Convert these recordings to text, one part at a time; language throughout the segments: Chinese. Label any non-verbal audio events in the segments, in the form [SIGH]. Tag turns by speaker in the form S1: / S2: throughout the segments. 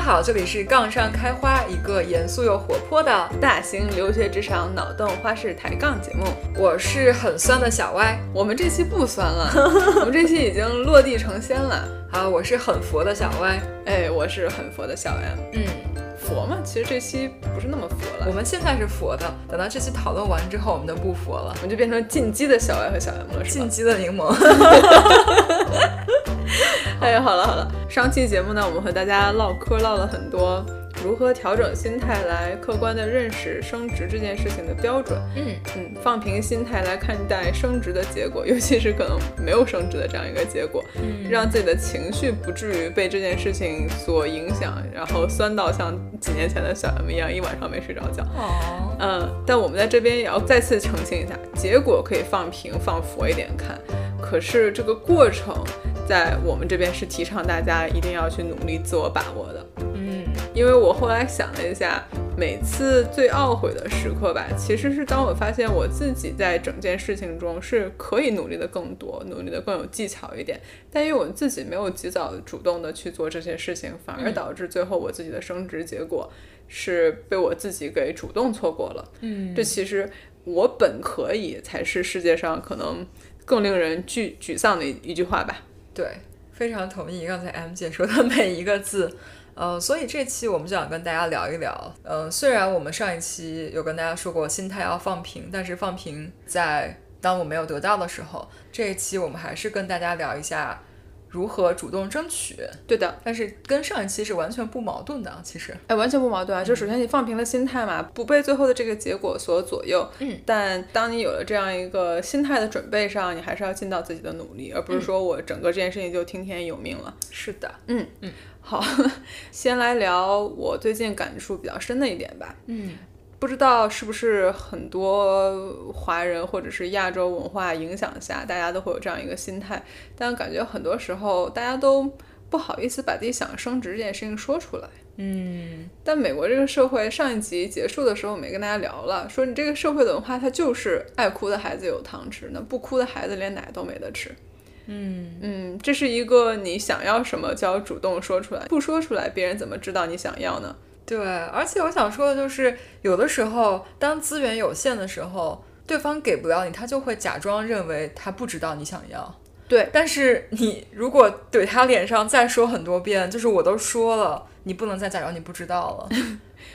S1: 好，这里是杠上开花，一个严肃又活泼的
S2: 大型留学职场脑洞花式抬杠节目。
S1: 我是很酸的小歪
S2: 我们这期不酸
S1: [LAUGHS]
S2: 了，我们这期已经落地成仙了。
S1: 啊，我是很佛的小歪。
S2: 哎，我是很佛的小 M，
S1: 嗯，
S2: 佛嘛，其实这期不是那么佛
S1: 我
S2: 了，
S1: 们现在是佛的，等到这期讨论完之后，我们就不佛了。
S2: 我们就变成进击的小 Y 和小 M 了，是吧
S1: 进？击的柠檬，
S2: 哎，好了好了，上期节目呢，我们和大家唠嗑唠了很多如何调整心态来客观的认识升职这件事情的标准，
S1: 嗯，
S2: 嗯，放平心态来看待升职的结果，尤其是可能没有升职的这样一个结果，
S1: 嗯
S2: 让自己的情绪不至于被这件事情所影响，然后酸到像几年前的小 M 一样一晚上没睡着觉。
S1: 哦，
S2: 嗯，但我们在这边也要再次澄清一下，结果可以放平放佛一点看，可是这个过程在我们这边是提倡大家一定要去努力自我把握的。
S1: 嗯
S2: 因为我后来想了一下，每次最懊悔的时刻吧，其实是当我发现我自己在整件事情中是可以努力的更多，努力的更有技巧一点，但因为我自己没有及早主动的去做这些事情，反而
S1: 嗯
S2: 导致最后我自己的升职结果是被我自己给主动错过了。
S1: 嗯，
S2: 这其实我本可以才是世界上可能更令人沮沮丧的一一句话吧。
S1: 对，非常同意刚才 M 姐说的每一个字。呃，所以这期我们就想跟大家聊一聊。呃，虽然我们上一期有跟大家说过心态要放平，但是放平在当我没有得到的时候，这一期我们还是跟大家聊一下如何主动争取。
S2: 对的，
S1: 但是跟上一期是完全不矛盾的啊，其实。
S2: 哎，完全不矛盾啊！就首先你放平了心态嘛，不被最后的这个结果所左右。
S1: 嗯，
S2: 但当你有了这样一个心态的准备上，你还是要尽到自己的努力，而不是说我整个这件事情就听天由命了。
S1: 嗯是的，
S2: 嗯
S1: 嗯，
S2: [LAUGHS] 好，先来聊我最近感触比较深的一点吧。
S1: 嗯
S2: 不知道是不是很多华人或者是亚洲文化影响下，大家都会有这样一个心态，但感觉很多时候大家都不好意思把自己想升职这件事情说出来。
S1: 嗯
S2: 但美国这个社会，上一集结束的时候，我们也跟大家聊了，说你这个社会的文化，它就是爱哭的孩子有糖吃，那不哭的孩子连奶都没得吃。
S1: 嗯，
S2: 嗯，这是一个你想要什么就要主动说出来，不说出来，别人怎么知道你想要呢？
S1: 对。而且我想说的就是，有的时候当资源有限的时候，对方给不了你，他就会假装认为他不知道你想要。
S2: 对，
S1: 但是你如果怼他脸上再说很多遍，就是我都说了，你不能再假装你不知道了。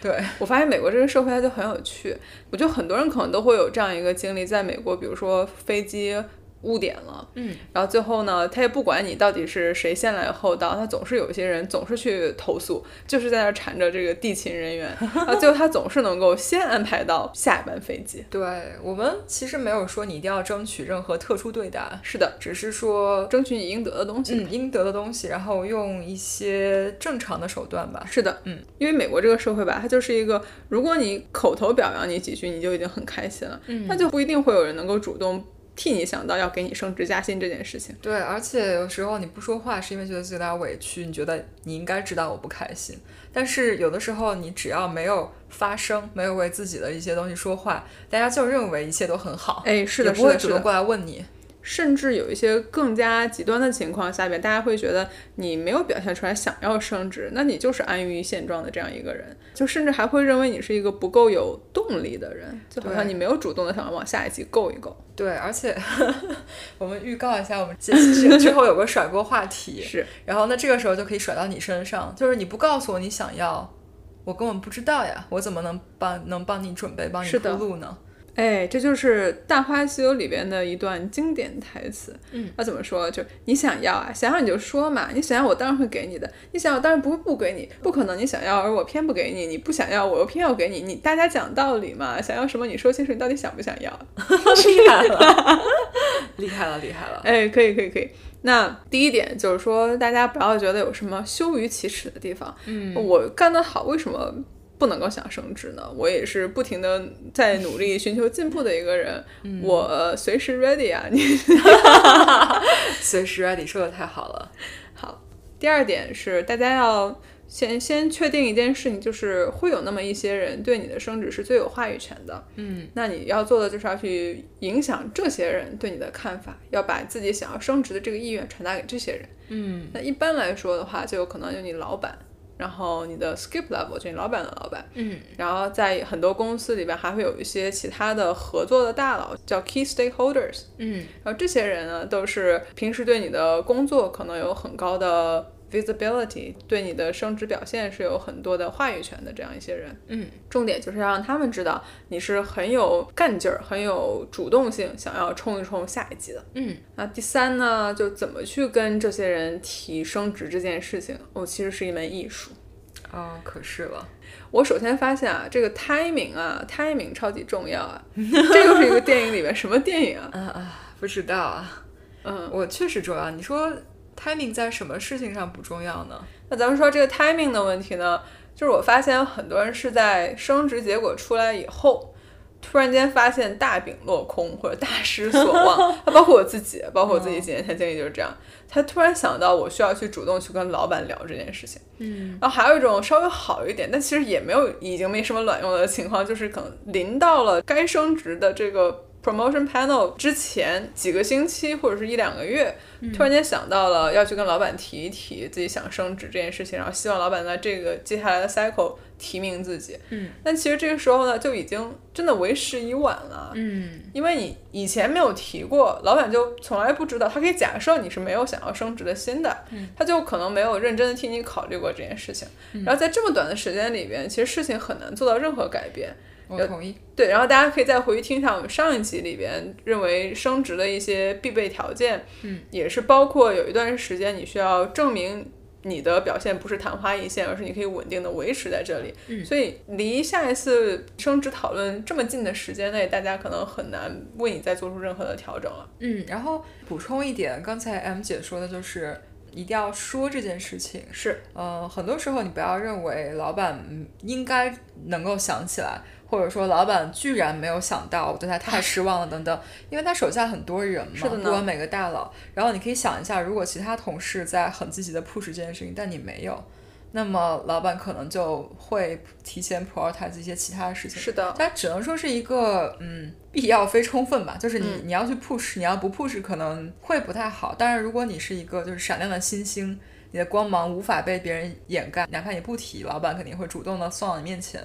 S1: 对，
S2: 我发现美国这个社会它就很有趣，我觉得很多人可能都会有这样一个经历，在美国，比如说飞机误点了，
S1: 嗯，
S2: 然后最后呢，他也不管你到底是谁先来后到，他总是有一些人总是去投诉，就是在那儿缠着这个地勤人员，然后最后他总是能够先安排到下一班飞机。
S1: 对我们其实没有说你一定要争取任何特殊对待，
S2: 是的，
S1: 只是说
S2: 争取你应得的东西。
S1: 嗯应得的东西，然后用一些正常的手段吧。
S2: 是的，
S1: 嗯，
S2: 因为美国这个社会吧，它就是一个，如果你口头表扬你几句，你就已经很开心了，
S1: 嗯
S2: 那就不一定会有人能够主动替你想到要给你升职加薪这件事情。
S1: 对，而且有时候你不说话是因为觉得自己有点委屈，你觉得你应该知道我不开心。但是有的时候你只要没有发声，没有为自己的一些东西说话，大家就认为一切都很 [LAUGHS] 好，
S2: 哎，是
S1: 哦也
S2: 的，是
S1: 不会
S2: 的，
S1: 主
S2: 是
S1: 动
S2: 的，
S1: 过来问你。
S2: 甚至有一些更加极端的情况下面，大家会觉得你没有表现出来想要升职，那你就是安于现状的这样一个人，就甚至还会认为你是一个不够有动力的人，就好像
S1: 对
S2: 你没有主动的想要往下一级够一够。
S1: 对，而且 [LAUGHS] 我们预告一下，我们这期之后有个甩锅话 [LAUGHS] 题，
S2: 是，
S1: 然后那这个时候就可以甩到你身上，就是你不告诉我你想要，我根本不知道呀，我怎么能帮能帮你准备，帮你
S2: 是
S1: 铺
S2: 的
S1: 路呢？
S2: 哎，这就是《大话西游》里边的一段经典台词。
S1: 嗯，
S2: 那怎么说？就你想要啊，想要你就说嘛，你想要我当然会给你的，你想要当然不会不给你，不可能你想要而我偏不给你，你不想要我又偏要给你，你大家讲道理嘛，想要什么你说清楚，你到底想不想要？
S1: [LAUGHS] 厉害了， [LAUGHS] 厉害了，厉害了。
S2: 哎，可以可以可以。那第一点就是说，大家不要觉得有什么羞于启齿的地方。嗯，我干得好，为什么不能够想升职呢？我也是不停的在努力寻求进步的一个人。我呃随时 ready 啊，你
S1: 随时 ready，说的太好了。
S2: 好。第二点是，大家要先先确定一件事情，就是会有那么一些人对你的升职是最有话语权的。
S1: 嗯
S2: 那你要做的就是要去影响这些人对你的看法，要把自己想要升职的这个意愿传达给这些人。
S1: 嗯
S2: 那一般来说的话，就有可能有你老板，然后你的 skip level 就你老板的老板，
S1: 嗯，
S2: 然后在很多公司里边还会有一些其他的合作的大佬叫 key stakeholders，
S1: 嗯
S2: 然后这些人呢都是平时对你的工作可能有很高的 visibility，对你的升职表现是有很多的话语权的这样一些人。
S1: 嗯，
S2: 重点就是要让他们知道你是很有干劲儿、很有主动性，想要冲一冲下一级的。
S1: 嗯
S2: 那第三呢，就怎么去跟这些人提升职这件事情，哦，其实是一门艺术。
S1: 哦，可是了，
S2: 我首先发现啊，这个 timing 啊，timing 超级重要
S1: [LAUGHS]
S2: 啊，这又是一个电影里面什么电影啊？
S1: 啊啊，不知道啊，
S2: 嗯，
S1: 我确实重要。你说 timing 在什么事情上不重要呢？
S2: 那咱们说这个 timing 的问题呢，就是我发现很多人是在升职结果出来以后，突然间发现大饼落空或者大失所望，啊包括我自己，包括我自己几年前经历就是这样，他突然想到我需要去主动去跟老板聊这件事情。
S1: 嗯
S2: 然后还有一种稍微好一点，但其实也没有已经没什么卵用的情况，就是可能临到了该升职的这个 promotion panel 之前几个星期或者是一两个月，
S1: 嗯
S2: 突然间想到了要去跟老板提一提自己想升职这件事情，然后希望老板在这个接下来的 cycle 提名自己。
S1: 嗯，
S2: 但其实这个时候呢，就已经真的为时已晚了。
S1: 嗯
S2: 因为你以前没有提过，老板就从来不知道，他可以假设你是没有想要升职的心的，他就可能没有认真的替你考虑过这件事情。然后在这么短的时间里边，其实事情很难做到任何改变。
S1: 我同意。
S2: 对，然后大家可以再回去听一下我们上一集里边认为升职的一些必备条件，
S1: 嗯，
S2: 也是包括有一段时间你需要证明你的表现不是昙花一现，而是你可以稳定的维持在这里。
S1: 嗯
S2: 所以离下一次升职讨论这么近的时间内，大家可能很难为你再做出任何的调整了。
S1: 嗯，然后补充一点，刚才 M 姐说的就是一定要说这件事情。
S2: 是，
S1: 呃，很多时候你不要认为老板嗯应该能够想起来，或者说老板居然没有想到，我对他太失望了等等，因为他手下很多人嘛，
S2: 是的呢
S1: 不管每个大佬。然后你可以想一下，如果其他同事在很积极的 push 这件事情，但你没有，那么老板可能就会提前 prioritize 一些其他的事情。
S2: 是的，
S1: 它只能说是一个嗯必要非充分吧，就是你、你要去 push，你要不 push 可能会不太好。但是如果你是一个就是闪亮的新星，你的光芒无法被别人掩盖，哪怕你不提，老板肯定会主动的送到你面前。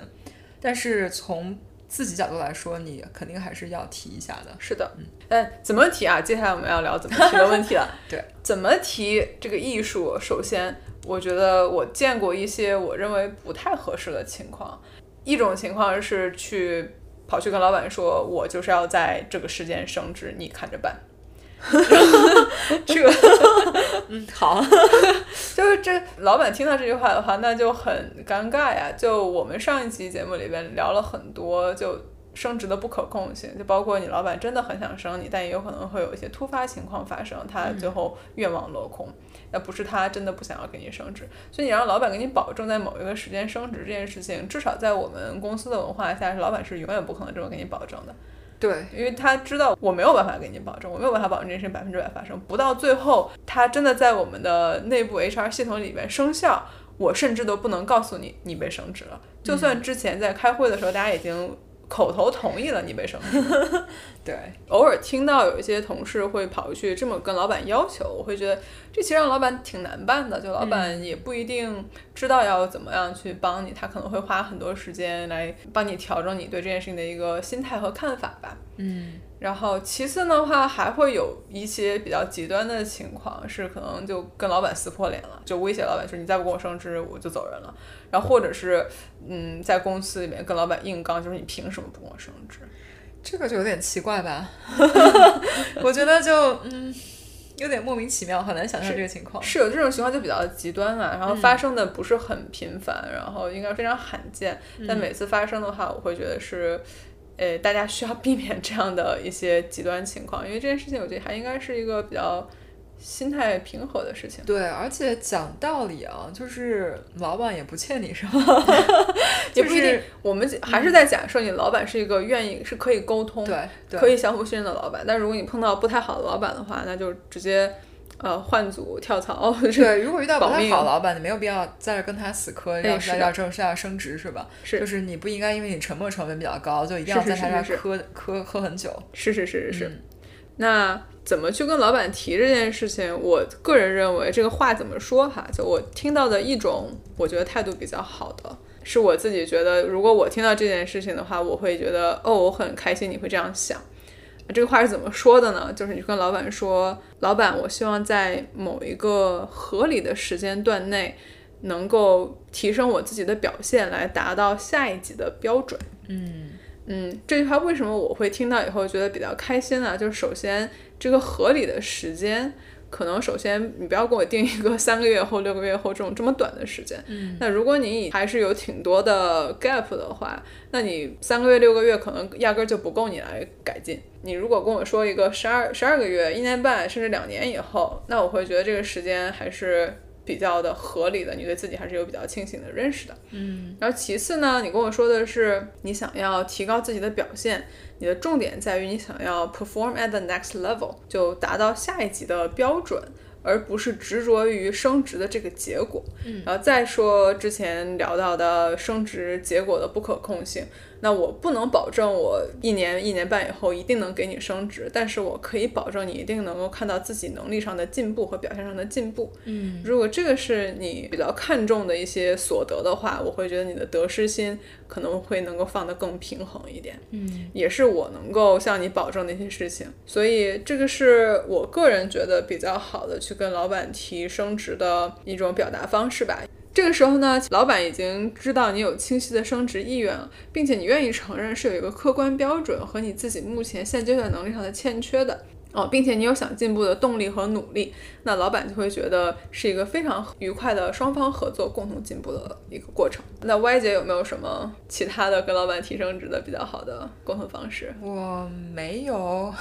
S1: 但是从自己角度来说，你肯定还是要提一下的。。
S2: 是的，但怎么提啊？接下来我们要聊怎么提的问题了
S1: [LAUGHS] 对，
S2: 怎么提这个艺术？首先，我觉得我见过一些我认为不太合适的情况。一种情况是去跑去跟老板说，我就是要在这个时间升职，你看着办。这个
S1: 嗯，好，
S2: 就是这老板听到这句话的话，那就很尴尬呀。就我们上一期节目里边聊了很多，就升职的不可控性，就包括你老板真的很想升你，但也有可能会有一些突发情况发生，他最后愿望落空，那、不是他真的不想要给你升职。所以你让老板给你保证在某一个时间升职这件事情，至少在我们公司的文化下，老板是永远不可能这么给你保证的。
S1: [LAUGHS] 对，
S2: 因为他知道我没有办法给你保证，我没有办法保证这件事情百分之百发生。不到最后，他真的在我们的内部 HR 系统里面生效，我甚至都不能告诉你你被升职了。就算之前在开会的时候，大家已经口头同意了你被升职，
S1: 对，
S2: 偶尔听到有一些同事会跑去这么跟老板要求，我会觉得这其实让老板挺难办的，就老板也不一定知道要怎么样去帮你，他可能会花很多时间来帮你调整你对这件事情的一个心态和看法吧。
S1: 嗯
S2: 然后其次的话，还会有一些比较极端的情况，是可能就跟老板撕破脸了，就威胁老板说你再不给我升职，我就走人了。然后或者是嗯，在公司里面跟老板硬刚，就是你凭什么不给我升职？
S1: 这个就有点奇怪吧？ [LAUGHS] 我觉得就嗯有点莫名其妙，很难想象这个情况。
S2: 是有这种情况就比较极端了，
S1: 嗯
S2: 然后发生的不是很频繁，然后应该非常罕见。
S1: 嗯
S2: 但每次发生的话，我会觉得是，呃，大家需要避免这样的一些极端情况，因为这件事情我觉得还应该是一个比较心态平和的事情。
S1: 对，而且讲道理啊，就是老板也不欠你什
S2: [LAUGHS]
S1: 么，
S2: 也
S1: 就
S2: 不一定
S1: 是，嗯
S2: 我们还是在假设你老板是一个愿意是可以沟通、
S1: 对对，
S2: 可以相互信任的老板。但如果你碰到不太好的老板的话，那就直接呃换组跳槽。 [LAUGHS] 是
S1: 对。如果遇到不
S2: 保
S1: 太
S2: 命哎
S1: 好的老板，你没有必要在这儿跟他死磕，要
S2: 是的
S1: 要正要升职是吧？
S2: 是
S1: 就是你不应该因为你沉没成本比较高，就一定要
S2: 是
S1: 在
S2: 是
S1: 他这儿
S2: 是是
S1: 磕磕磕很久。
S2: 是是是是是。那怎么去跟老板提这件事情？我个人认为，这个话怎么说哈？就我听到的一种，我觉得态度比较好的，是我自己觉得，如果我听到这件事情的话，我会觉得，哦，我很开心你会这样想。这个话是怎么说的呢？就是你跟老板说，老板，我希望在某一个合理的时间段内，能够提升我自己的表现，来达到下一级的标准。
S1: 嗯
S2: 嗯，这句话为什么我会听到以后觉得比较开心呢？就是首先，这个合理的时间，可能首先你不要给我定一个三个月后、六个月后这种这么短的时间。嗯，那如果你还是有挺多的 gap 的话，那你三个月、六个月可能压根儿就不够你来改进。你如果跟我说一个十二、十二个月、一年半甚至两年以后，那我会觉得这个时间还是比较的合理的，你对自己还是有比较清醒的认识的。
S1: 嗯
S2: 然后其次呢，你跟我说的是你想要提高自己的表现，你的重点在于你想要 perform at the next level，就达到下一级的标准，而不是执着于升职的这个结果。
S1: 嗯
S2: 然后再说之前聊到的升职结果的不可控性，那我不能保证我一年一年半以后一定能给你升职，但是我可以保证你一定能够看到自己能力上的进步和表现上的进步。
S1: 嗯
S2: 如果这个是你比较看重的一些所得的话，我会觉得你的得失心可能会能够放得更平衡一点，
S1: 嗯
S2: 也是我能够向你保证的一些事情。所以这个是我个人觉得比较好的去跟老板提升职的一种表达方式吧。这个时候呢，老板已经知道你有清晰的升职意愿了，并且你愿意承认是有一个客观标准和你自己目前现阶段能力上的欠缺的哦，并且你有想进步的动力和努力，那老板就会觉得是一个非常愉快的双方合作、共同进步的一个过程。那 Y 姐有没有什么其他的跟老板提升值的比较好的沟通方式
S1: 我没有，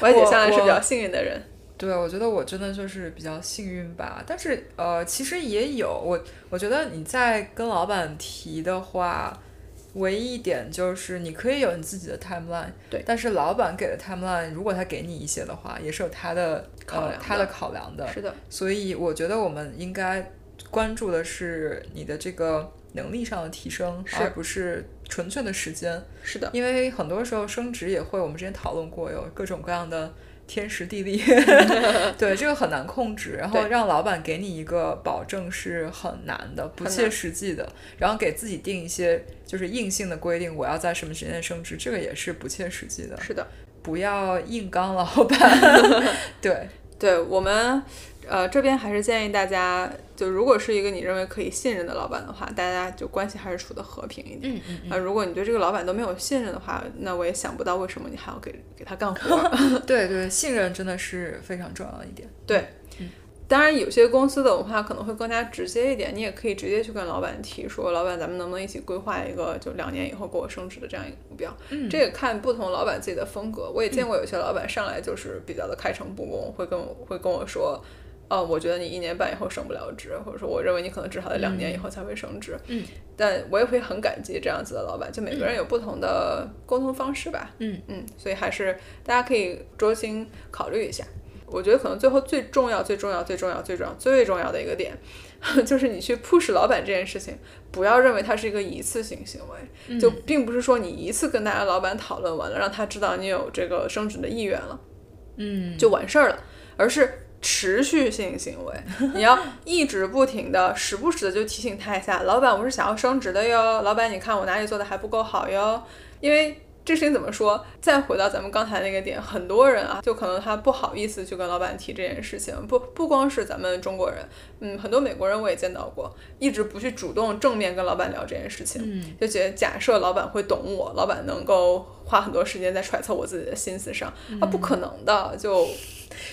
S2: ？Y 姐
S1: 我
S2: 向来是比较
S1: 我
S2: 幸运的人，
S1: 对我觉得我真的就是比较幸运吧。但是呃，其实也有我，我觉得你在跟老板提的话，唯一一点就是你可以有你自己的 timeline，
S2: 对
S1: 但是老板给的 timeline，如果他给你一些的话，也是有他的
S2: 考量
S1: 呃
S2: 的
S1: 他的考量的。
S2: 是的，
S1: 所以我觉得我们应该关注的是你的这个能力上的提升，
S2: 是
S1: 而不是纯粹的时间。
S2: 是的，
S1: 因为很多时候升职也会，我们之前讨论过，有各种各样的天时地
S2: [LAUGHS]
S1: 利， [LAUGHS] 对这个很难控制。然后
S2: 对
S1: 让老板给你一个保证是很难的，不
S2: 很
S1: 切
S2: 难
S1: 实际的。然后给自己定一些就是硬性的规定，我要在什么时间内升职，这个也是不切实际的。
S2: 是的。
S1: 不要硬刚老板， [LAUGHS] 对，
S2: 对我们，呃，这边还是建议大家，就如果是一个你认为可以信任的老板的话，大家就关系还是处的和平一点。
S1: 嗯嗯
S2: 啊、如果你对这个老板都没有信任的话，那我也想不到为什么你还要给给他干活。
S1: 对对，信任真的是非常重要的一点。
S2: 对，当然有些公司的文化可能会更加直接一点，你也可以直接去跟老板提说，老板咱们能不能一起规划一个就两年以后给我升职的这样一个目标？
S1: 嗯
S2: 这也看不同老板自己的风格。我也见过有些老板上来就是比较的开诚布公，会跟我会跟我说。哦，我觉得你一年半以后升不了职，或者说我认为你可能至少得两年以后才会升职。
S1: 嗯，
S2: 但我也会很感激这样子的老板，就每个人有不同的沟通方式吧。
S1: 嗯
S2: 嗯，所以还是大家可以酌情考虑一下。我觉得可能最后最重要、最重要、最重要、最重要、最重要的一个点， [LAUGHS] 就是你去 push 老板这件事情，不要认为它是一个一次性行为，就并不是说你一次跟大家老板讨论完了，让他知道你有这个升职的意愿了，
S1: 嗯，
S2: 就完事儿了，而是持续性行为，你要一直不停的，时不时的就提醒他一下，老板，我是想要升职的哟，老板，你看我哪里做的还不够好哟，因为。这事情怎么说？再回到咱们刚才那个点，很多人啊，就可能他不好意思去跟老板提这件事情。不不光是咱们中国人，嗯，很多美国人我也见到过，一直不去主动正面跟老板聊这件事情，
S1: 嗯
S2: 就觉得假设老板会懂我，老板能够花很多时间在揣测我自己的心思上，啊，不可能的，就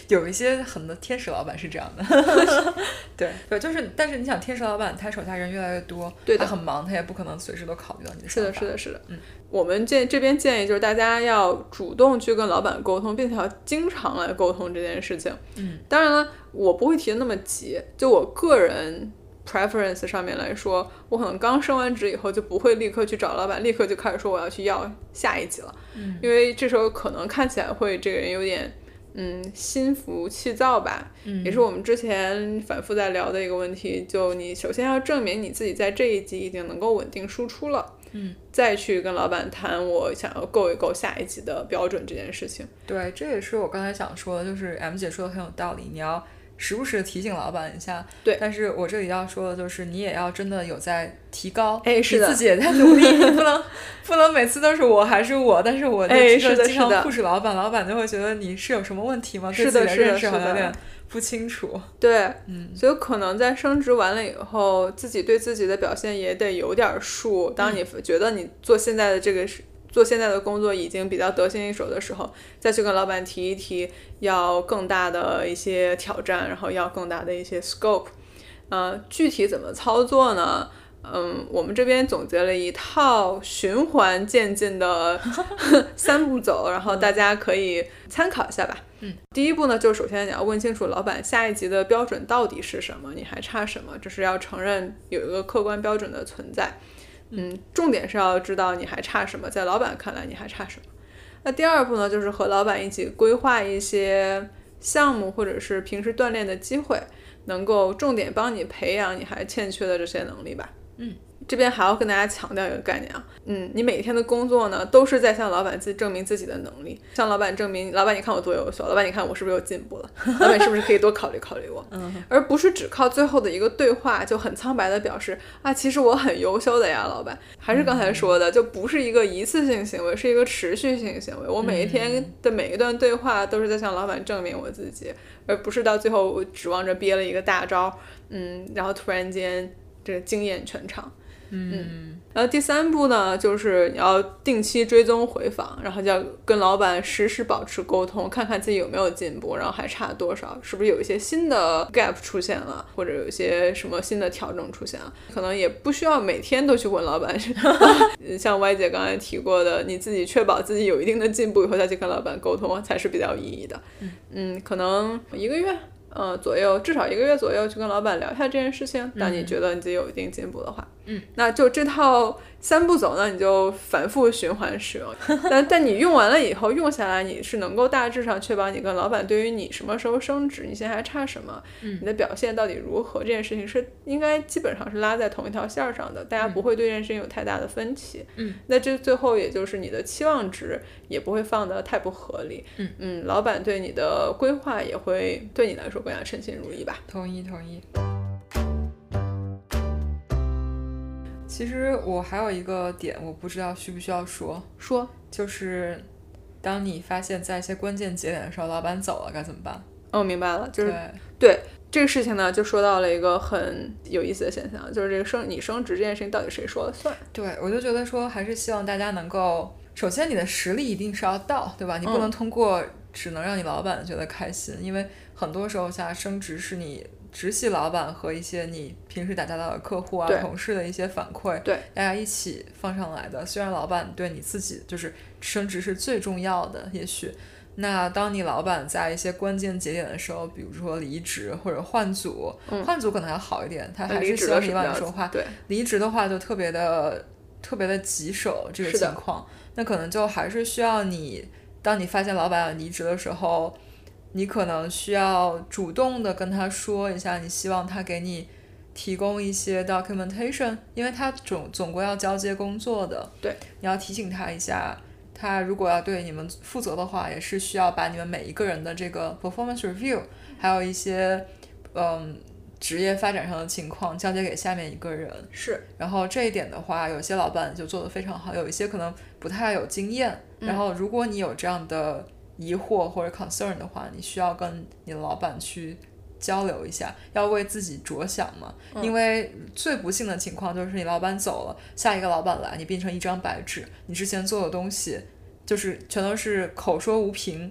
S1: 有一些很多天使老板是这样的， [LAUGHS] 对对，就是，但是你想，天使老板他手下人越来越多，
S2: 对的
S1: 他很忙，他也不可能随时都考虑到你的
S2: 是
S1: 想
S2: 的，
S1: 法。
S2: 是
S1: 的，
S2: 的，是的。
S1: 嗯，
S2: 我们这这边建议就是大家要主动去跟老板沟通，并且要经常来沟通这件事情。
S1: 嗯，
S2: 当然了，我不会提的那么急。就我个人 preference 上面来说，我可能刚升完职以后就不会立刻去找老板，立刻就开始说我要去要下一级了。
S1: 嗯，
S2: 因为这时候可能看起来会这个人有点。嗯，心浮气躁吧，
S1: 嗯
S2: 也是我们之前反复在聊的一个问题。就你首先要证明你自己在这一级已经能够稳定输出了，
S1: 嗯，
S2: 再去跟老板谈我想要够一够下一级的标准这件事情。
S1: 对，这也是我刚才想说的，就是 M 姐说的很有道理，你要时不时地提醒老板一下。
S2: 对
S1: 但是我这里要说的就是，你也要真的有在提高，
S2: 哎是的
S1: 你自己也在努力，你不 [LAUGHS] 能不能每次都是我还是我，但是我就
S2: 哎
S1: 就是
S2: 的
S1: 经常
S2: 是的
S1: push 老板，老板就会觉得你是有什么问题吗？对
S2: 是
S1: 自己
S2: 的
S1: 的
S2: 是的
S1: 认识好
S2: 是
S1: 像有
S2: 的
S1: 点不清楚。
S2: 对，
S1: 嗯，
S2: 所以可能在升职完了以后，自己对自己的表现也得有点儿数。当你觉得你做现在的这个事，做现在的工作已经比较得心应手的时候，再去跟老板提一提，要更大的一些挑战，然后要更大的一些 scope。呃，具体怎么操作呢？嗯，我们这边总结了一套循环渐进的 [LAUGHS] 三步走，然后大家可以参考一下吧。第一步呢，就是首先你要问清楚老板下一级的标准到底是什么，你还差什么，就是要承认有一个客观标准的存在。嗯，重点是要知道你还差什么，在老板看来你还差什么。那第二步呢，就是和老板一起规划一些项目或者是平时锻炼的机会，能够重点帮你培养你还欠缺的这些能力吧。
S1: 嗯，
S2: 这边还要跟大家强调一个概念啊，嗯，你每天的工作呢，都是在向老板自证明自己的能力，向老板证明，老板你看我多优秀，老板你看我是不是又进步了，老板是不是可以多考虑考虑我，
S1: 嗯，
S2: 而不是只靠最后的一个对话就很苍白的表示啊，其实我很优秀的呀，老板。还是刚才说的，就不是一个一次性行为，是一个持续性行为。我每一天的每一段对话都是在向老板证明我自己，而不是到最后我指望着憋了一个大招，嗯，然后突然间这个惊艳全场。嗯，然后第三步呢，就是你要定期追踪回访，然后就要跟老板实时保持沟通，看看自己有没有进步，然后还差多少，是不是有一些新的 gap 出现了，或者有一些什么新的调整出现了。可能也不需要每天都去问老板，像 Y 姐刚才提过的，你自己确保自己有一定的进步以后再去跟老板沟通才是比较有意义的。嗯，可能一个月。呃，左右至少一个月左右去跟老板聊一下这件事情。当你觉得你自己有一定进步的话，
S1: 嗯，
S2: 那就这套三步走呢，你就反复循环使 [LAUGHS] 用。但但你用完了以后，用下来你是能够大致上确保你跟老板对于你什么时候升职，你现在还差什么，你的表现到底如何，这件事情是应该基本上是拉在同一条线儿上的，大家不会对这件事情有太大的分歧。
S1: 嗯，
S2: 那这最后也就是你的期望值也不会放得太不合理。嗯老板对你的规划也会对你来说更加称心如意吧。
S1: 同意同意。其实我还有一个点，我不知道需不需要说，
S2: 说
S1: 就是当你发现，在一些关键节点的时候，老板走了该怎么办？
S2: 哦，明白了，就是
S1: 对，
S2: 对这个事情呢，就说到了一个很有意思的现象，就是这个升你升职这件事情到底谁说了算？
S1: 对我就觉得说，还是希望大家能够，首先你的实力一定是要到，对吧？你不
S2: 嗯
S1: 能通过只能让你老板觉得开心，因为很多时候下升职是你直系老板和一些你平时打交道的客户啊、
S2: 对
S1: 同事的一些反馈，
S2: 对，
S1: 大家一起放上来的。虽然老板对你自己就是升职是最重要的，也许。那当你老板在一些关键节点的时候，比如说离职或者换组，
S2: 嗯
S1: 换组可能还好一点，他还
S2: 离
S1: 是
S2: 职
S1: 希
S2: 了
S1: 望你
S2: 是比
S1: 帮
S2: 较
S1: 你说话，
S2: 对，
S1: 离职的话就特别的特别的棘手这个
S2: 是的
S1: 情况，那可能就还是需要你，当你发现老板离职的时候，你可能需要主动的跟他说一下，你希望他给你提供一些 documentation，因为他总总归要交接工作的，
S2: 对，
S1: 你要提醒他一下。他如果要对你们负责的话，也是需要把你们每一个人的这个 performance review，还有一些嗯职业发展上的情况交接给下面一个人。
S2: 是
S1: 然后这一点的话，有些老板就做得非常好，有一些可能不太有经验。然后如果你有这样的疑惑或者 concern 的话，你需要跟你的老板去交流一下，要为自己着想嘛。因为最不幸的情况就是你老板走了，下一个老板来，你变成一张白纸，你之前做的东西就是全都是口说无凭。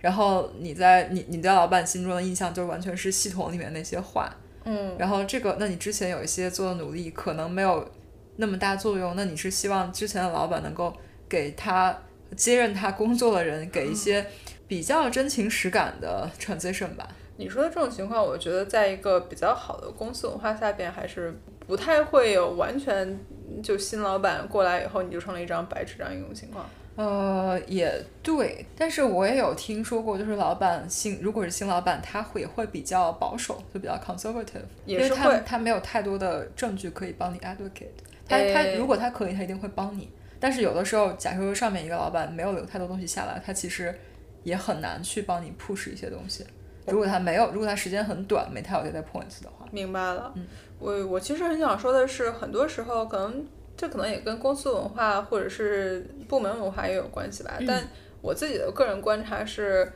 S1: 然后你在你你在老板心中的印象就完全是系统里面那些话，
S2: 嗯，
S1: 然后这个，那你之前有一些做的努力可能没有那么大作用，那你是希望之前的老板能够给他接任他工作的人给一些比较真情实感的 transition 吧？
S2: 你说的这种情况，我觉得在一个比较好的公司文化下边，还是不太会有完全就新老板过来以后你就成了一张白纸这样一种情况。
S1: 呃，也对，但是我也有听说过，就是老板新，如果是新老板，他会也会比较保守，就比较 conservative，
S2: 也
S1: 因为
S2: 是
S1: 他
S2: 会
S1: 他没有太多的证据可以帮你 advocate，他、
S2: 哎
S1: 他如果他可以，他一定会帮你。但是有的时候，假如说上面一个老板没有留太多东西下来，他其实也很难去帮你 push 一些东西。如果他没有，如果他时间很短，没太有 data points 的话，
S2: 明白了，
S1: 嗯
S2: 我我其实很想说的是，很多时候可能这可能也跟公司文化或者是部门文化也有关系吧。
S1: 嗯
S2: 但我自己的个人观察是，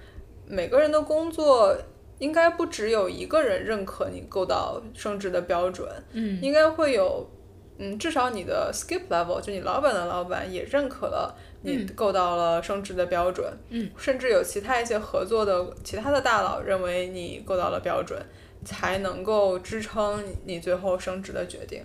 S2: 每个人的工作应该不只有一个人认可你够到升职的标准，
S1: 嗯，
S2: 应该会有，嗯，至少你的 skip level 就你老板的老板也认可了你够到了升职的标准，
S1: 嗯，
S2: 甚至有其他一些合作的其他的大佬认为你够到了标准，才能够支撑你最后升职的决定。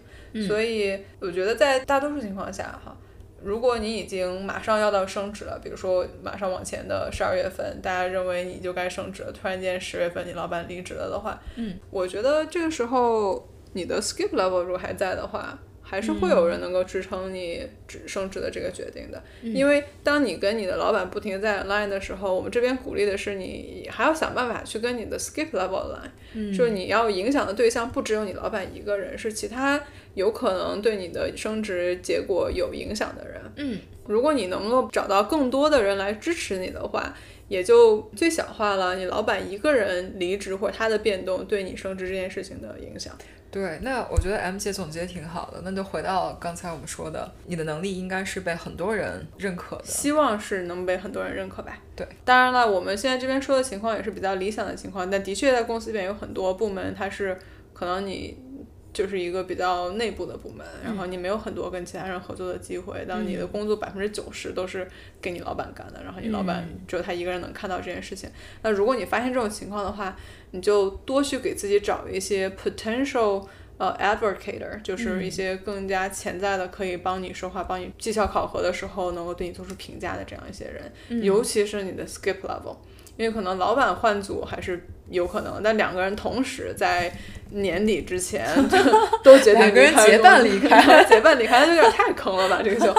S2: 所以我觉得在大多数情况下哈。如果你已经马上要到升职了，比如说马上往前的十二月份，大家认为你就该升职了，突然间十月份你老板离职了的话，
S1: 嗯，
S2: 我觉得这个时候你的 skip level 如果还在的话，还是会有人能够支撑你只升职的这个决定的。因为当你跟你的老板不停地在 align 的时候，我们这边鼓励的是你还要想办法去跟你的 skip level align，、就是你要影响的对象不只有你老板一个人，是其他有可能对你的升职结果有影响的人。
S1: 嗯，
S2: 如果你能够找到更多的人来支持你的话，也就最小化了你老板一个人离职或者他的变动对你升职这件事情的影响。
S1: 对，那我觉得 M 姐总结得挺好的，那就回到刚才我们说的，你的能力应该是被很多人认可的。
S2: 希望是能被很多人认可吧。
S1: 对，
S2: 当然了，我们现在这边说的情况也是比较理想的情况，但的确在公司里面有很多部门，它是可能你就是一个比较内部的部门，然
S1: 嗯
S2: 后你没有很多跟其他人合作的机会，当你的工作百分之九十都是给你老板干的，然后你老板
S1: 嗯
S2: 只有他一个人能看到这件事情。那如果你发现这种情况的话，你就多去给自己找一些 potential。呃、a d v o c a t o r 就是
S1: 嗯
S2: 一些更加潜在的可以帮你说话、帮你绩效考核的时候能够对你做出评价的这样一些人，
S1: 嗯
S2: 尤其是你的 skip level，因为可能老板换组还是有可能，但两个人同时在年底
S1: [LAUGHS]
S2: 之前就都决定
S1: 两个人
S2: 离开
S1: 结伴
S2: 公司
S1: 离开，
S2: [LAUGHS] 结伴离开，那就有点太坑了吧？这个就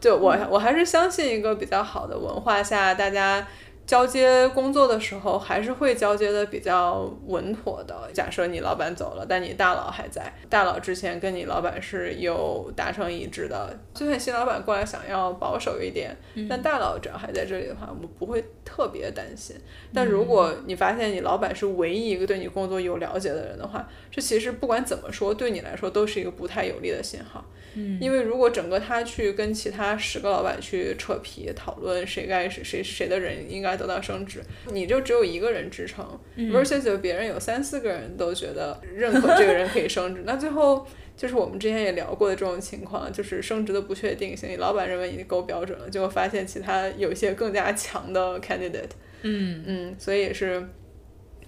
S2: 就我我还是相信一个比较好的文化下，大家。交接工作的时候，还是会交接的比较稳妥的。假设你老板走了，但你大佬还在，大佬之前跟你老板是有达成一致的。就算新老板过来想要保守一点，但大佬只要还在这里的话，我不会特别担心。但如果你发现你老板是唯一一个对你工作有了解的人的话，这其实不管怎么说，对你来说都是一个不太有利的信号。
S1: 嗯
S2: 因为如果整个他去跟其他十个老板去扯皮讨论谁该谁谁谁的人应该得到升职，你就只有一个人支撑、v
S1: 嗯
S2: e r s u s 有别人有三四个人都觉得认可这个人可以升职，那 [LAUGHS] 最后就是我们之前也聊过的这种情况，就是升职的不确定性，你老板认为你够标准了，结果发现其他有一些更加强的 candidate，
S1: 嗯
S2: 嗯，所以也是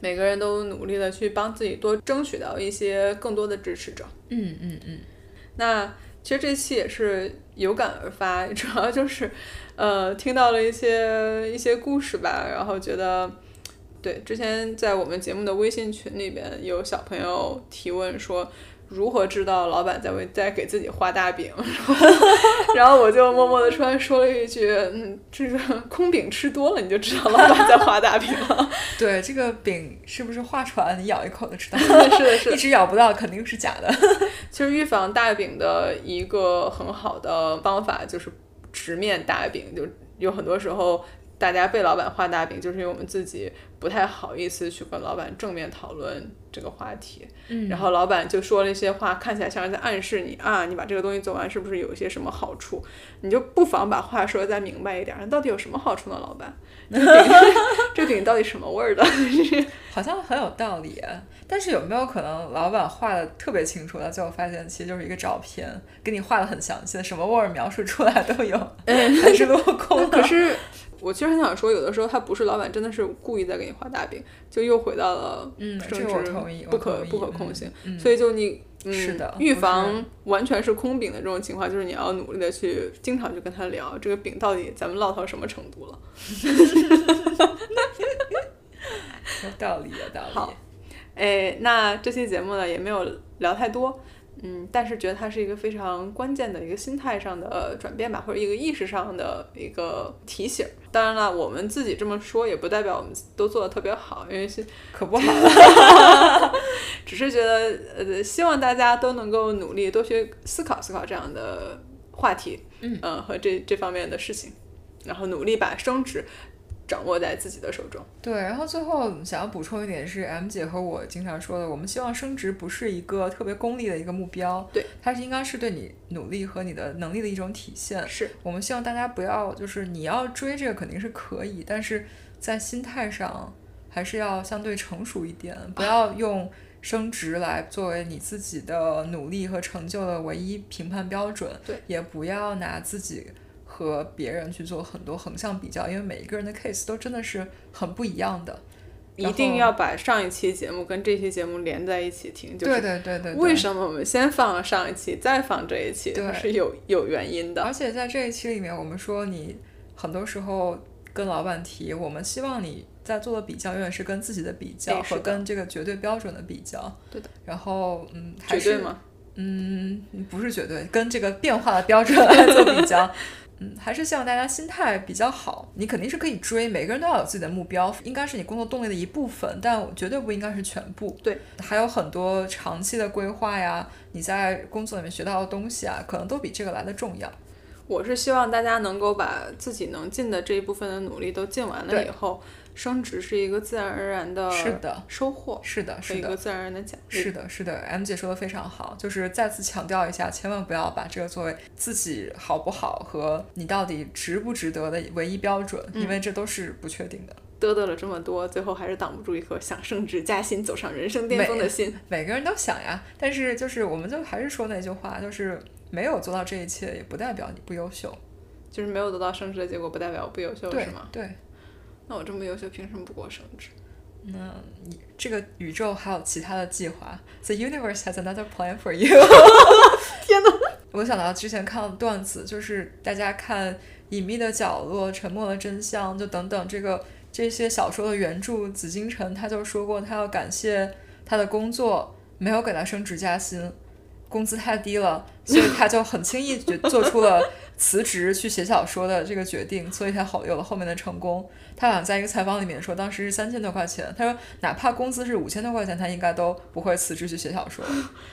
S2: 每个人都努力的去帮自己多争取到一些更多的支持者。
S1: 嗯嗯嗯，
S2: 那其实这期也是有感而发， [LAUGHS] 主要就是，呃，听到了一些一些故事吧，然后觉得，对，之前在我们节目的微信群里边有小朋友提问说。如何知道老板在为在给自己画大饼？ [LAUGHS] 然后我就默默的突然说了一句：“嗯，这个空饼吃多了，你就知道老板在画大饼了。，
S1: 对，这个饼是不是划船，你咬一口就知道 [LAUGHS]
S2: 是”是的，是的
S1: 一。直咬不到肯定是假的。
S2: 其实预防大饼的一个很好的方法就是直面大饼，就有很多时候大家被老板画大饼，就是因为我们自己不太好意思去跟老板正面讨论这个话题，
S1: 嗯
S2: 然后老板就说了一些话，看起来像是在暗示你啊，你把这个东西做完是不是有一些什么好处？你就不妨把话说得再明白一点，那到底有什么好处呢？老板，这饼 [LAUGHS] 这饼到底什么味儿的？ [LAUGHS]
S1: 好像很有道理啊，但是有没有可能老板画的特别清楚，到最后发现其实就是一个照片，给你画的很详细，什么味儿描述出来都有，还是落空
S2: 可
S1: 了。 [LAUGHS]
S2: 是 [LAUGHS] 我其实很想说，有的时候他不是老板，真的是故意在给你画大饼，就又回到了
S1: 嗯
S2: 政
S1: 这个我
S2: 治
S1: 同意我
S2: 不可
S1: 同意
S2: 不可控性，
S1: 嗯嗯
S2: 所以就你。嗯、
S1: 是的
S2: 预
S1: 我是
S2: 防完全是空饼的这种情况，就是你要努力的去经常去跟他聊这个饼到底咱们落到什么程度了。
S1: 有道理，有道理
S2: 好。哎，那这期节目呢也没有聊太多，嗯，但是觉得它是一个非常关键的一个心态上的转变吧，或者一个意识上的一个提醒。当然了，我们自己这么说也不代表我们都做的特别好，因为是
S1: 可不好。啊
S2: 只是觉得呃，希望大家都能够努力多去思考思考这样的话题，嗯、呃、和这这方面的事情，然后努力把升职掌握在自己的手中。
S1: [LAUGHS] 对，然后最后想要补充一点是，M 姐和我经常说的，我们希望升职不是一个特别功利的一个目标，
S2: 对，
S1: 它是应该是对你努力和你的能力的一种体现。
S2: 是
S1: 我们希望大家不要，就是你要追这个肯定是可以，但是在心态上还是要相对成熟一点，
S2: 啊
S1: 不要用升职来作为你自己的努力和成就的唯一评判标准，
S2: 对，
S1: 也不要拿自己和别人去做很多横向比较，因为每一个人的 case 都真的是很不一样的。
S2: 一
S1: 然
S2: 定
S1: 后
S2: 要把上一期节目跟这期节目连在一起听，就
S1: 对
S2: 是
S1: 对对对对，
S2: 为什么我们先放了上一期，再放这一期，
S1: 对嗯
S2: 它是有有原因的。
S1: 而且在这一期里面，我们说你很多时候跟老板提，我们希望你在做的比较永远是跟自己的比较
S2: 哎是
S1: 和
S2: 的
S1: 跟这个绝对标准的比较。
S2: 对的。
S1: 然后，嗯，还
S2: 绝对
S1: 是
S2: 吗？
S1: 嗯，不是绝对，跟这个变化的标准来做比较。嗯，还是希望大家心态比较好。你肯定是可以追，每个人都要有自己的目标，应该是你工作动力的一部分，但绝对不应该是全部。
S2: 对，
S1: 还有很多长期的规划呀，你在工作里面学到的东西啊，可能都比这个来的重要。
S2: 我是希望大家能够把自己能尽的这一部分的努力都尽完了
S1: 对
S2: 以后，升职是一个自然而然的
S1: 是的
S2: 收获，
S1: 是的，
S2: 是
S1: 是
S2: 一个
S1: 的，
S2: 自然而然的奖励。
S1: 是的，是的。M 姐说的非常好，就是再次强调一下，千万不要把这个作为自己好不好和你到底值不值得的唯一标准，因
S2: 嗯
S1: 为这都是不确定的。
S2: 嘚嘚了这么多，最后还是挡不住一颗想升职加薪、走上人生巅峰的心。
S1: 每个人都想呀，但是就是我们就还是说那句话，就是没有做到这一切，也不代表你不优秀。
S2: 就是没有得到升职的结果，不代表我不优秀，
S1: 对
S2: 是吗？
S1: 对，
S2: 那我这么优秀，凭什么不给我升职？
S1: 那你这个宇宙还有其他的计划，The universe has another plan for you 。
S2: [LAUGHS] 天哪！
S1: 我想到之前看的段子，就是大家看《隐秘的角落》《沉默的真相》就等等这个这些小说的原著紫禁城，他就说过他要感谢他的工作没有给他升职加薪，工资太低
S2: [LAUGHS]
S1: 了，所以他就很轻易就做出了辞职去写小说的这个决定，所以他后有了后面的成功。他好像在一个采访里面说，当时是三千多块钱，他说哪怕工资是五千多块钱，他应该都不会辞职去写小
S2: [LAUGHS]
S1: 说。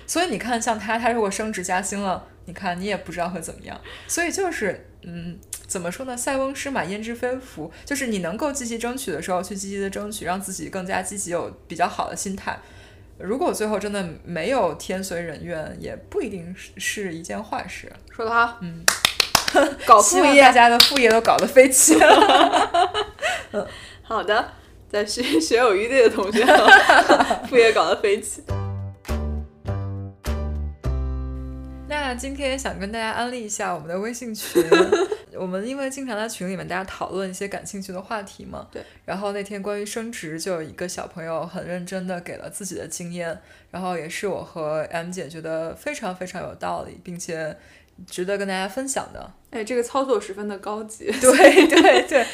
S1: 所以你看，像他，他如果升职加薪了，你看你也不知道会怎么样。所以就是，嗯，怎么说呢？塞翁失马，焉知非福。就是你能够积极争取的时候，去积极的争取，让自己更加积极，有比较好的心态。如果最后真的没有天随人愿，也不一定是是一件坏事。
S2: 说得好，嗯， [LAUGHS] 搞哦副
S1: 希望大
S2: 业。
S1: 家的副业都搞得飞起。
S2: 好的，在学 [LAUGHS] 学有余地的同学，啊 [LAUGHS] 副业搞得飞起。
S1: 那今天想跟大家安利一下我们的微信
S2: [LAUGHS]
S1: 群，我们因为经常在群里面大家讨论一些感兴趣的话题嘛。
S2: 对。
S1: 然后那天关于升职，就有一个小朋友很认真的给了自己的经验，然后也是我和 M 姐觉得非常非常有道理，并且值得跟大家分享
S2: [LAUGHS]
S1: 的。
S2: 哎，这个操作十分的高级。
S1: 对对对，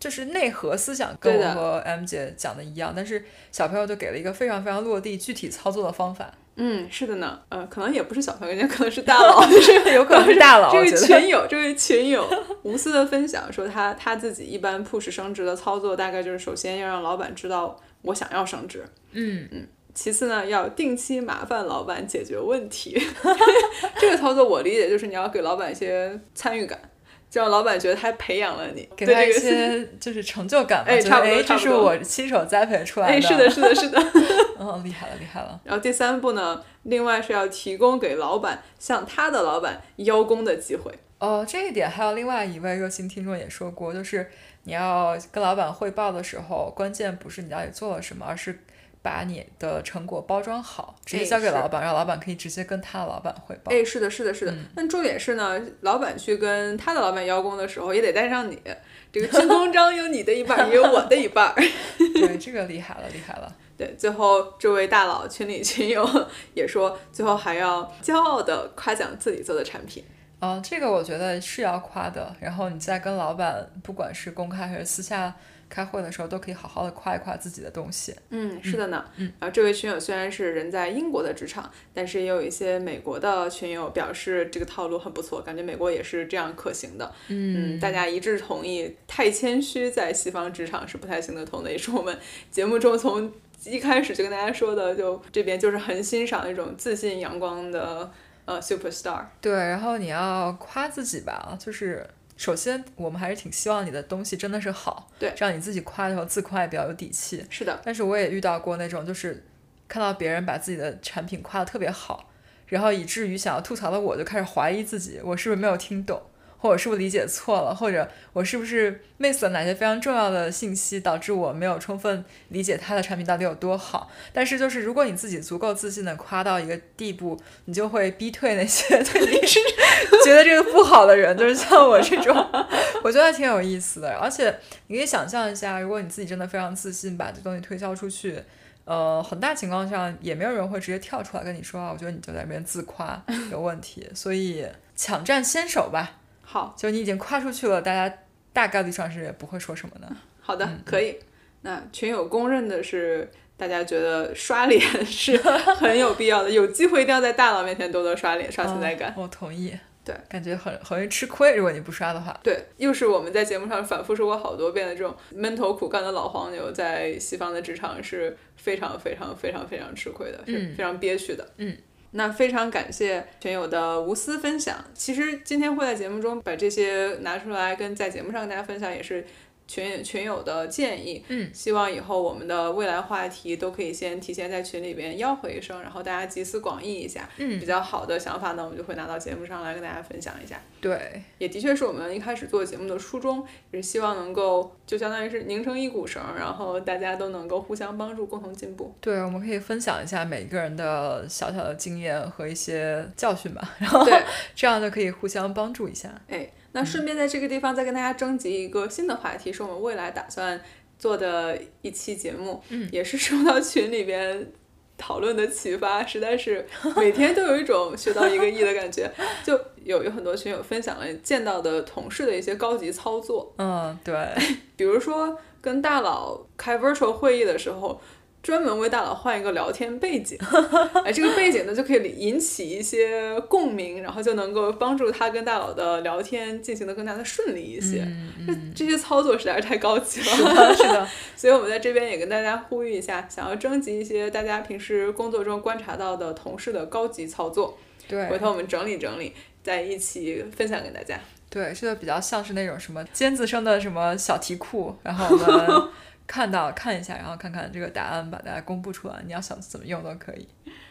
S1: 就是内核思想跟
S2: 对
S1: 我
S2: 的
S1: 和 M 姐讲的一样，但是小朋友就给了一个非常非常落地、具体操作的方
S2: [LAUGHS]
S1: 法，
S2: 嗯，是的呢，呃，可能也不是小朋友，也可能是大 [LAUGHS] 佬，就是
S1: 有可能是 [LAUGHS] 大佬，
S2: 这
S1: 我
S2: 位
S1: 觉得。
S2: 群友，这位群友无私的分享说他他自己一般 push 升职的操作，大概就是首先要让老板知道我想要升职，
S1: 嗯
S2: 嗯，其次呢要定期麻烦老板解决问题， [LAUGHS] 这个操作我理解就是你要给老板一些参与感，就让老板觉得他培养了你，
S1: 给
S2: 对
S1: 他一
S2: 这 [LAUGHS] 个。
S1: 些就是成就感吧，
S2: 哎
S1: 觉
S2: 差
S1: 得
S2: 不多
S1: 哎，
S2: 差
S1: 这
S2: 不
S1: 是
S2: 多
S1: 我亲手栽培出来的，
S2: 哎，是的，，是的，是的。
S1: 嗯，厉害了，厉害了，
S2: 然后第三步呢，另外是要提供给老板向他的老板邀功的机会。
S1: 哦，这一点还有另外一位热心听众也说过，就是你要跟老板汇报的时候，关键不是你到底做了什么，而是把你的成果包装好，直接
S2: 哎
S1: 交给
S2: 是
S1: 老板，让老板可以直接跟他的老板汇
S2: [LAUGHS]
S1: 报。
S2: 哎，是的，是的，是的。但重点是呢，老板去跟他的老板邀功的时候，也得带上你。这个军功章有你的一半儿，也有我的一半儿。 [LAUGHS]
S1: 对，这个厉害了，厉害了。
S2: 对，最后这位大佬群里群友也说，最后还要骄傲的夸奖自己做的产品。
S1: 啊，这个我觉得是要夸的。然后你在跟老板，不管是公开还是私下开会的时候，都可以好好的夸一夸自己的东西。
S2: 嗯，是的呢。嗯，然后这位群友虽然是人在英国的职场，但是也有一些美国的群友表示这个套路很不错，感觉美国也是这样可行的。嗯，大家一致同意，太谦虚在西方职场是不太行得通的，也是我们节目中从一开始就跟大家说的，就这边就是很欣赏那种自信阳光的呃 superstar。
S1: 对，然后你要夸自己吧，就是首先我们还是挺希望你的东西真的是好，
S2: 对
S1: 这样你自己夸的时候自夸也比较有底气。
S2: 是的，
S1: 但是我也遇到过那种，就是看到别人把自己的产品夸得特别好，然后以至于想要吐槽的我就开始怀疑自己，我是不是没有听懂，或者是不是理解错了，或者我是不是 miss 了哪些非常重要的信息，导致我没有充分理解他的产品到底有多好。但是就是如果你自己足够自信的夸到一个地步，你就会逼退那些 [LAUGHS] 对你是觉得这个不好的人，就是像我这种，我觉得还挺有意思的，而且。你可以想象一下，如果你自己真的非常自信，把这东西推销出去，呃，很大情况下也没有人会直接跳出来跟你说啊，我觉得你就在那边自
S2: [LAUGHS]
S1: 夸有问题，所以抢占先手吧，
S2: 好。
S1: 就你已经夸出去了，大家大概率上是也不会说什么的。
S2: 好的，可以。那群友公认的是，大家觉得刷脸 [LAUGHS] 是很有必要的，有机会一定要在大佬面前多多刷脸，刷存在感。
S1: 嗯我同意。
S2: 对，
S1: 感觉很很容易吃亏，如果你不刷的话。
S2: 对，又是我们在节目上反复说过好多遍的这种闷头苦干的老黄牛，在西方的职场是非常非常非常非常吃亏的，是非常憋屈的。
S1: 嗯。
S2: 那非常感谢群友的无私分享。其实今天会在节目中把这些拿出来跟在节目上跟大家分享，也是群群友的建议。
S1: 嗯，
S2: 希望以后我们的未来话题都可以先提前在群里边吆喝一声，然后大家集思广益一下。
S1: 嗯
S2: 比较好的想法呢，我们就会拿到节目上来跟大家分享一下。
S1: 对，
S2: 也的确是我们一开始做节目的初衷，也是希望能够就相当于是拧成一股绳儿，然后大家都能够互相帮助，共同进步。
S1: 对，我们可以分享一下每个人的小小的经验和一些教训吧，然后
S2: 对
S1: 这样就可以互相帮助一下。
S2: 哎，那顺便在这个地方再跟大家征集一个新的话题，是我们未来打算做的一期节目，嗯，也是受到群里边。讨论的启发实在是每天都有一种学到一个 E 亿的感觉，就有有很多群友分享了见到的同事的一些高级操作，
S1: 嗯，
S2: [LAUGHS]
S1: 对，
S2: 比如说跟大佬开 virtual 会议的时候，专门为大佬换一个聊天背景，哎，这个背景呢就可以引起一些共鸣，然后就能够帮助他跟大佬的聊天进行的更加的顺利一些。这这些操作实在是太高级
S1: 是
S2: 了，
S1: 的，是的。
S2: [LAUGHS] 所以我们在这边也跟大家呼吁一下，想要征集一些大家平时工作中观察到的同事的高级操作，
S1: 对，
S2: 回头我们整理整理，在一起分享给大家。
S1: 对，这就比较像是那种什么尖子生的什么小题库，然后我们
S2: [LAUGHS]
S1: 看到看一下，然后看看这个答案，把大家公布出来。你要想怎么用都可以。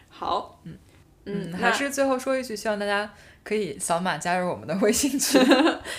S2: 好，嗯嗯，
S1: 还
S2: 那
S1: 是最后说一句，希望大家可以扫码加入我们的微信 [LAUGHS]
S2: [LAUGHS]
S1: 群。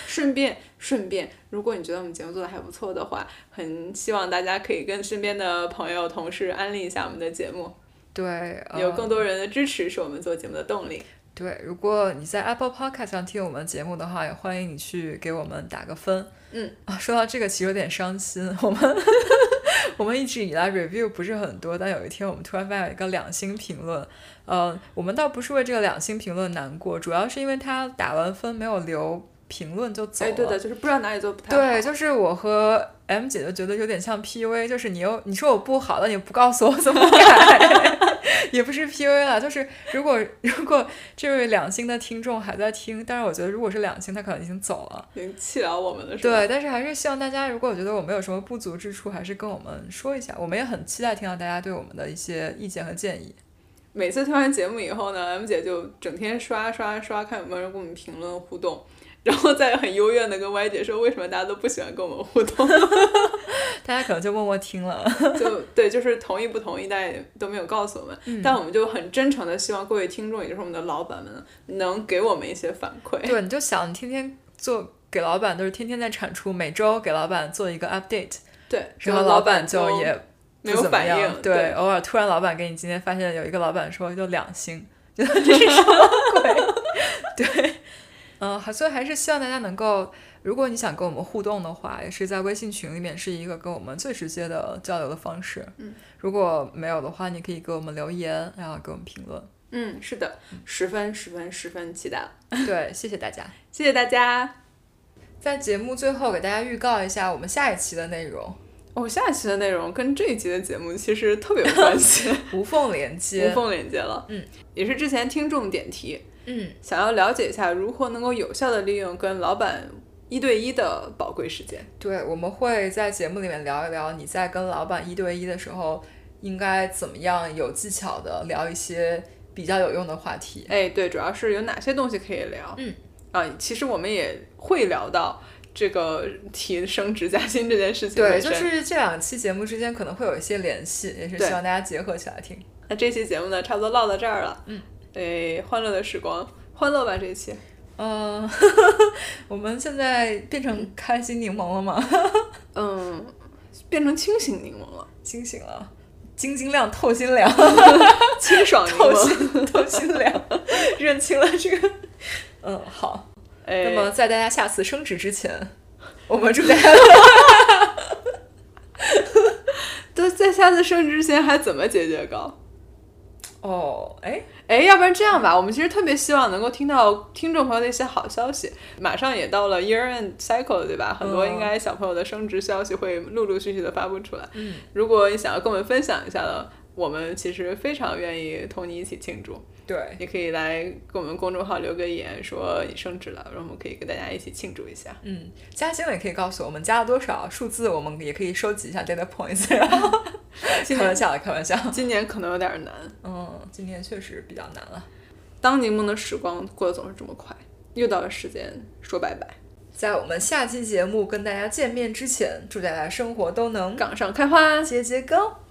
S2: 顺便顺便，如果你觉得我们节目做的还不错的话，很希望大家可以跟身边的朋友、同事安利一下我们的节目，
S1: 对，呃、哦
S2: 有更多人的支持是我们做节目的动力。
S1: 对。如果你在 Apple Podcast 上听我们的节目的话，也欢迎你去给我们打个分。
S2: 嗯
S1: 啊，说到这个，其实有点伤心，我们 [LAUGHS] 我们一直以来 review 不是很多，但有一天我们突然发现有一个两星评论，呃，我们倒不是为这个两星评论难过，主要是因为他打完分没有留评论就走了。
S2: 哎，对的，就是不知道哪里做得不太好。
S1: 对，就是我和 M 姐就觉得有点像 PUA，就是你又你说我不好，但你不告诉我怎么改， [LAUGHS] 也不是 PUA 了，就是如果 [LAUGHS] 如果这位两星的听众还在听，但是我觉得如果是两星，他可能已经走了。
S2: 已经气到我们了，是吧？
S1: 对，但是还是希望大家，如果觉得我们有什么不足之处，还是跟我们说一下，我们也很期待听到大家对我们的一些意见和建议。
S2: 每次听完节目以后呢，M 姐就整天刷刷刷，看有没有人跟我们评论互动，然后再很幽怨的跟 Y 姐说为什么大家都不喜欢跟我们互动，
S1: 大家可能就默默听了，
S2: [LAUGHS] 就对，就是同意不同意，大家也都没有告诉我们，但我们就很真诚的希望各位听众，也就是我们的老板们，能给我们一些反馈。
S1: 对，你就想天天做给老板，都是天天在产出，每周给老板做一个 update，
S2: 对，
S1: 然后
S2: 老
S1: 板
S2: 就
S1: 就也不
S2: 没有
S1: 怎么
S2: 反
S1: 样
S2: 应，
S1: 对，
S2: 对
S1: 偶尔突然老板给你今天发现有一个老板说就 [LAUGHS] 两星，
S2: [LAUGHS]
S1: 觉得这是什么鬼？ [LAUGHS] 对，嗯、还所以还是希望大家能够，如果你想跟我们互动的话，也是在微信群里面是一个跟我们最直接
S2: [LAUGHS]
S1: 的交流的方式。嗯，如果没有的话，你可以给我们留言，然后给我们评论。
S2: 嗯，是的，十分十分十分期待了，
S1: 对，谢谢大家。
S2: 谢谢大家。
S1: 在节目最后给大家预告一下我们下一期的内容，
S2: 哦，下一期的内容跟这一期的节目其实特别有关 [LAUGHS] 系，
S1: 无缝连
S2: 无
S1: 接。
S2: 缝连接了。
S1: 嗯，
S2: 也是之前听众点题，
S1: 嗯，
S2: 想要了解一下如何能够有效的利用跟老板一对一的宝贵时间。
S1: 对，我们会在节目里面聊一聊你在跟老板一对一的时候应该怎么样有技巧的聊一些比较有用的话题。
S2: 哎，对，主要是有哪些东西可以聊？
S1: 嗯，
S2: 啊，其实我们也会聊到这个提升职加薪这件事情
S1: 对，
S2: 本
S1: 就
S2: 身。
S1: 是这两期节目之间可能会有一些联系，也是
S2: 对
S1: 希望大家结合起来听。
S2: 那这期节目呢，差不多唠到这儿了。嗯，哎，欢乐的时光，欢乐吧这一期。
S1: 嗯， [LAUGHS] 我们现在变成开心柠檬了吗？ [LAUGHS]
S2: 嗯，变成清醒柠檬了，
S1: 清醒了，晶晶亮，透心凉，
S2: 清爽柠
S1: 透
S2: 檬。
S1: 心透心凉， [LAUGHS] 认清了这个。嗯，好。
S2: 哎，
S1: 那么在大家下次升职之前，我们祝大 [LAUGHS] 家
S2: 都在下次升职之前还怎么节节高？
S1: 哦，哎，
S2: 哎，要不然这样吧，我们其实特别希望能够听到听众朋友的一些好消息。马上也到了 year end cycle，对吧？很多
S1: 嗯
S2: 应该小朋友的升职消息会陆陆续续的发布出来。
S1: 嗯，
S2: 如果你想要跟我们分享一下的，我们其实非常愿意同你一起庆祝。
S1: 对，
S2: 也可以来跟我们公众号留个言，说你升职了，然后我们可以跟大家一起庆祝一下。
S1: 嗯，加薪了也可以告诉我们加了多少数字，我们也可以收集一下 data points。然后开玩笑，开玩笑。
S2: 今年可能有点难，
S1: 嗯，今天确实比较难了。
S2: 当柠檬的时光过得总是这么快，又到了时间说拜拜，
S1: 在我们下期节目跟大家见面之前，祝大家生活都能
S2: 岗上开花。
S1: 节节高。